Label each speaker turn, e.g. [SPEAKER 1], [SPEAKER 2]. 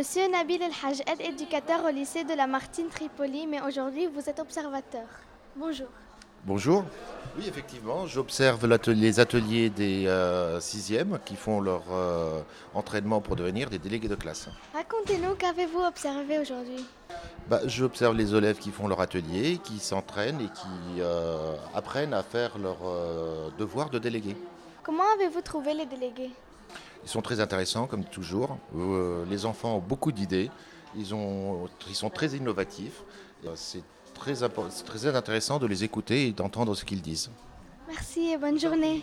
[SPEAKER 1] Monsieur Nabil El Haj, aide éducateur au lycée de la Martine Tripoli, mais aujourd'hui vous êtes observateur. Bonjour.
[SPEAKER 2] Bonjour. Oui, effectivement, j'observe l'atel- les ateliers des euh, sixièmes qui font leur euh, entraînement pour devenir des délégués de classe.
[SPEAKER 1] Racontez-nous qu'avez-vous observé aujourd'hui
[SPEAKER 2] Bah, j'observe les élèves qui font leur atelier, qui s'entraînent et qui euh, apprennent à faire leur euh, devoir de délégué.
[SPEAKER 1] Comment avez-vous trouvé les délégués
[SPEAKER 2] Ils sont très intéressants, comme toujours. Euh, les enfants ont beaucoup d'idées. Ils, ont- ils sont très innovatifs. Euh, C'est très, impo- c'est très intéressant de les écouter et d'entendre ce qu'ils disent.
[SPEAKER 1] Merci et bonne journée.